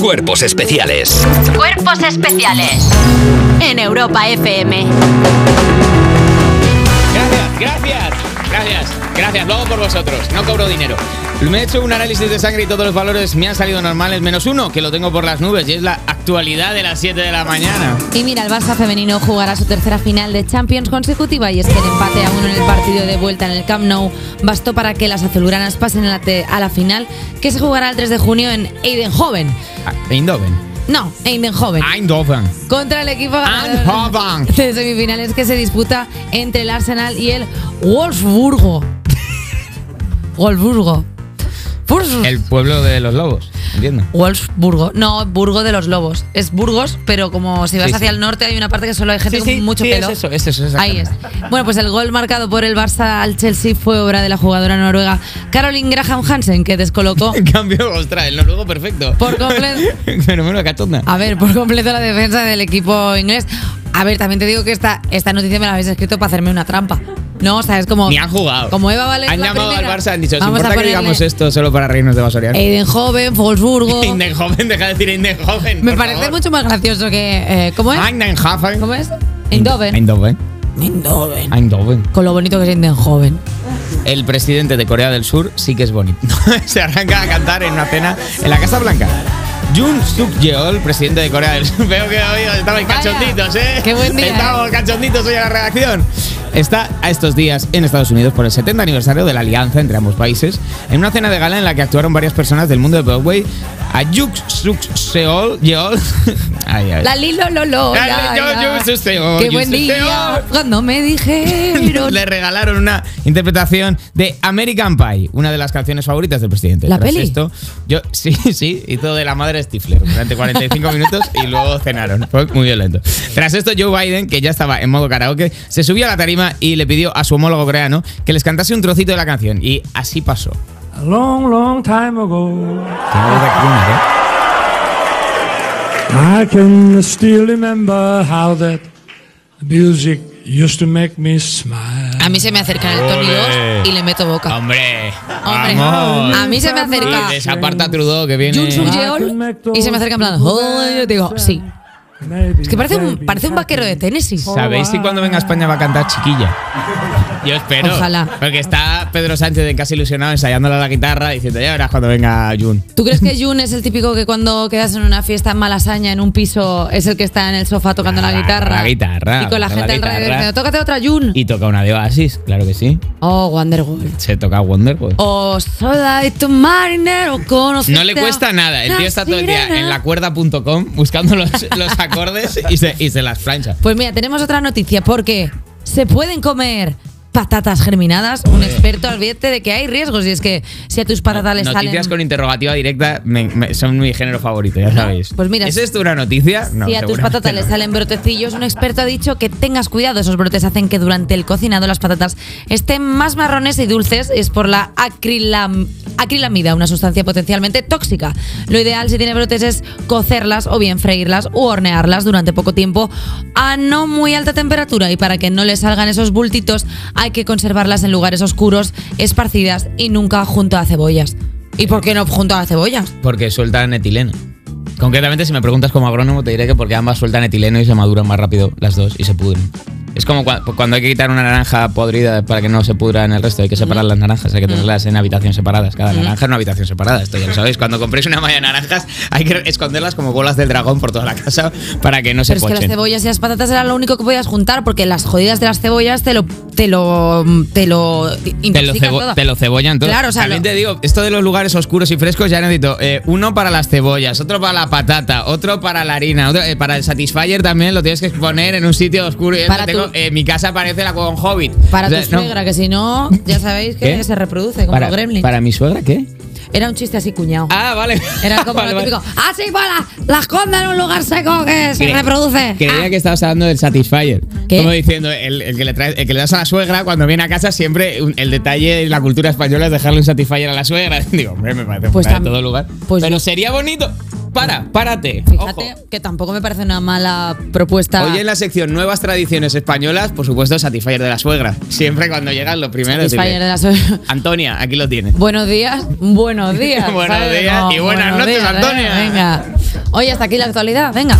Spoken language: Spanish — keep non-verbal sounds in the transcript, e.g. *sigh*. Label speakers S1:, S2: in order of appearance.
S1: Cuerpos especiales.
S2: Cuerpos especiales. En Europa FM.
S3: Gracias, gracias, gracias, gracias. Lo hago por vosotros, no cobro dinero. Me he hecho un análisis de sangre y todos los valores me han salido normales, menos uno, que lo tengo por las nubes, y es la actualidad de las 7 de la mañana.
S4: Y mira, el Barça femenino jugará su tercera final de Champions consecutiva y es que el empate a uno en el partido de vuelta en el Camp Nou bastó para que las azulgranas pasen a la, te- a la final, que se jugará el 3 de junio en Eidenhoven.
S3: Ah, Eindhoven. Ah,
S4: No, Eidenhoven.
S3: Eindhoven.
S4: Contra el equipo ganador
S3: Eindhoven.
S4: de semifinales que se disputa entre el Arsenal y el
S3: *laughs*
S4: Wolfsburgo. Wolfsburgo. Wolfs-
S3: El pueblo de los lobos, entiendo.
S4: Wolfsburgo. No, Burgo de los Lobos. Es Burgos, pero como si vas
S3: Sí, sí.
S4: hacia el norte hay una parte que solo hay gente
S3: Sí,
S4: con
S3: sí,
S4: mucho
S3: sí,
S4: pelo.
S3: es eso, es eso, es
S4: Ahí es. Bueno, pues el gol marcado por el Barça al Chelsea fue obra de la jugadora noruega Caroline Graham Hansen, que descolocó.
S3: En cambio, ostras, el noruego perfecto. *laughs*
S4: Por completo. Ah,
S3: Fenómeno cachonda.
S4: A ver, por completo la defensa del equipo inglés. A ver, también te digo que esta, esta noticia me la habéis escrito para hacerme una trampa. No, o sea, es como.
S3: Ni han jugado.
S4: Como Eva Valen.
S3: Han
S4: la
S3: llamado
S4: primera.
S3: al Barça, han dicho, ¿os
S4: Vamos
S3: importa
S4: a
S3: que
S4: ponerle Eh,
S3: digamos esto solo para reírnos de Basoriano?
S4: Eidenhoven,
S3: *laughs*
S4: Wolfsburgo.
S3: Eindhoven, deja de decir Eindhoven.
S4: Me
S3: por
S4: parece
S3: favor.
S4: mucho más gracioso que. eh, ¿Cómo es?
S3: Eindhoven.
S4: ¿Cómo es? Eindhoven.
S3: Eindhoven.
S4: Eindhoven.
S3: Eindhoven.
S4: Con lo bonito que es Eindhoven.
S3: El presidente de Corea del Sur sí que es bonito. *laughs* Se arranca a cantar en una cena en la Casa Blanca. Jun Suk Yeol, presidente de Corea del Sur. *laughs* Veo que hoy estamos
S4: Vaya,
S3: cachonditos, ¿eh?
S4: qué buen día,
S3: Estamos cachonditos hoy en la redacción. Está a estos días en Estados Unidos por el 70 aniversario de la alianza entre ambos países, en una cena de gala en la que actuaron varias personas del mundo de Broadway. A Jung Suk Seol, Yeol. *laughs* Ay, ay.
S4: La Lilo Lolo.
S3: La
S4: la,
S3: Lilo,
S4: la.
S3: yo, yo, yo, Oh.
S4: Qué
S3: yo,
S4: buen
S3: yo, yo.
S4: día. Cuando me
S3: *laughs*
S4: dijeron.
S3: Le regalaron una interpretación de American Pie, una de las canciones favoritas del presidente.
S4: ¿La
S3: Tras
S4: peli?
S3: Esto, yo, *laughs* sí, sí, hizo de la madre Stifler durante 45 minutos y luego cenaron. Fue muy violento. Tras esto, Joe Biden, que ya estaba en modo karaoke, se subió a la tarima y le pidió a su homólogo coreano que les cantase un trocito de la canción. Y así pasó.
S5: A long, long time ago,
S3: ¿eh?
S5: I can still remember how that music used to make me smile.
S4: A mí se me acerca el Tony
S3: Ole.
S4: 2 y le meto boca.
S3: Hombre,
S4: Hombre,
S3: vamos.
S4: a mí se me acerca.
S3: Y desaparta a Trudeau que
S4: Jun
S3: viene.
S4: Suk
S3: Ah,
S4: Yeol y se me acerca en plan. Oh, yo digo, sí. Es que parece un, parece un vaquero de Tennessee.
S3: ¿Sabéis si cuando venga a España va a cantar chiquilla? Yo espero.
S4: Ojalá.
S3: Porque está Pedro Sánchez de casi ilusionado ensayándola la guitarra diciendo, ya verás cuando venga Jun.
S4: ¿Tú crees que Jun es el típico que cuando quedas en una fiesta en Malasaña, en un piso, es el que está en el sofá tocando la
S3: Claro,
S4: guitarra?
S3: Ah, la guitarra,
S4: Y con
S3: con la
S4: la gente
S3: guitarra.
S4: alrededor diciendo, tócate otra Jun.
S3: Y toca una de Oasis, claro que sí.
S4: Oh, Wonderwall.
S3: Se toca Wonderboy.
S4: Oh, soda de tu marinero, conociste
S3: No le cuesta
S4: a
S3: nada. El
S4: una
S3: tío está todo el día
S4: sirena.
S3: en lacuerda.com buscando los, los acordes y se, y se las plancha.
S4: Pues mira, tenemos otra noticia porque se pueden comer patatas germinadas. Un experto advierte de que hay riesgos y es que si a tus patatas les salen...
S3: Noticias con interrogativa directa me- me- son mi género favorito, ya sabéis.
S4: Pues mira,
S3: ¿Es esto una noticia? No,
S4: si a tus
S3: seguramente
S4: patatas
S3: no.
S4: les salen brotecillos, un experto ha dicho que tengas cuidado. Esos brotes hacen que durante el cocinado las patatas estén más marrones y dulces. Es por la acrilam- acrilamida, una sustancia potencialmente tóxica. Lo ideal si tiene brotes es cocerlas o bien freírlas u hornearlas durante poco tiempo a no muy alta temperatura. Y para que no les salgan esos bultitos, hay que conservarlas en lugares oscuros, esparcidas y nunca junto a cebollas. ¿Y por qué no junto a cebollas?
S3: Porque sueltan etileno. Concretamente, si me preguntas como agrónomo, te diré que porque ambas sueltan etileno y se maduran más rápido las dos y se pudren. Es como cua- cuando hay que quitar una naranja podrida para que no se pudra en el resto, hay que separar las naranjas, hay que tenerlas en habitaciones separadas. Cada naranja en una habitación separada, esto ya lo sabéis. Cuando compréis una malla de naranjas, hay que esconderlas como bolas del dragón por toda la casa para que no se
S4: Pero es que
S3: pochen.
S4: las cebollas y las patatas era lo único que podías juntar porque las jodidas de las cebollas te lo te lo te lo
S3: Te lo,
S4: intoxican
S3: cebo-
S4: todo.
S3: te lo cebollan todo.
S4: Claro, o sea,
S3: También
S4: lo-
S3: te digo, esto de los lugares oscuros y frescos ya necesito eh, uno para las cebollas, otro para la patata, otro para la harina, otro eh, para el satisfyer también lo tienes que poner en un sitio oscuro. Y
S4: Para
S3: para tengo,
S4: tu-
S3: eh, mi casa parece la con Hobbit.
S4: para
S3: O sea,
S4: tu
S3: no.
S4: suegra, que si no, ya sabéis que
S3: ¿Qué?
S4: se reproduce como
S3: para,
S4: los gremlins.
S3: ¿Para mi suegra qué?
S4: Era un chiste así cuñado.
S3: Ah, *laughs* vale.
S4: Era como
S3: Vale,
S4: lo
S3: vale.
S4: típico. Ah, sí, pues las la esconde en un lugar seco que se
S3: Cre-
S4: reproduce.
S3: Creía
S4: Ah.
S3: que estabas hablando del Satisfyer.
S4: ¿Qué?
S3: Como diciendo, el, el que le traes- el que le das a la suegra cuando viene a casa, siempre un- el detalle y la cultura española es dejarle un Satisfyer a la suegra. *laughs* Digo, hombre, me parece
S4: Pues
S3: fuera de
S4: tam-
S3: todo lugar.
S4: pues
S3: Pero
S4: yo-
S3: sería bonito. para, párate.
S4: Fíjate
S3: Ojo.
S4: que tampoco me parece una mala propuesta.
S3: Hoy en la sección Nuevas Tradiciones Españolas, por supuesto, Satisfyer de la Suegra. Siempre cuando llegan los primeros.
S4: Satisfyer de la suegra.
S3: Antonia, aquí lo tienes.
S4: *laughs* Buenos días, buenos
S3: *laughs*
S4: días.
S3: Buenos
S4: ¿sabes?
S3: días y buenas noches,
S4: buenos
S3: Antonia.
S4: venga. Oye, hasta aquí la actualidad, venga.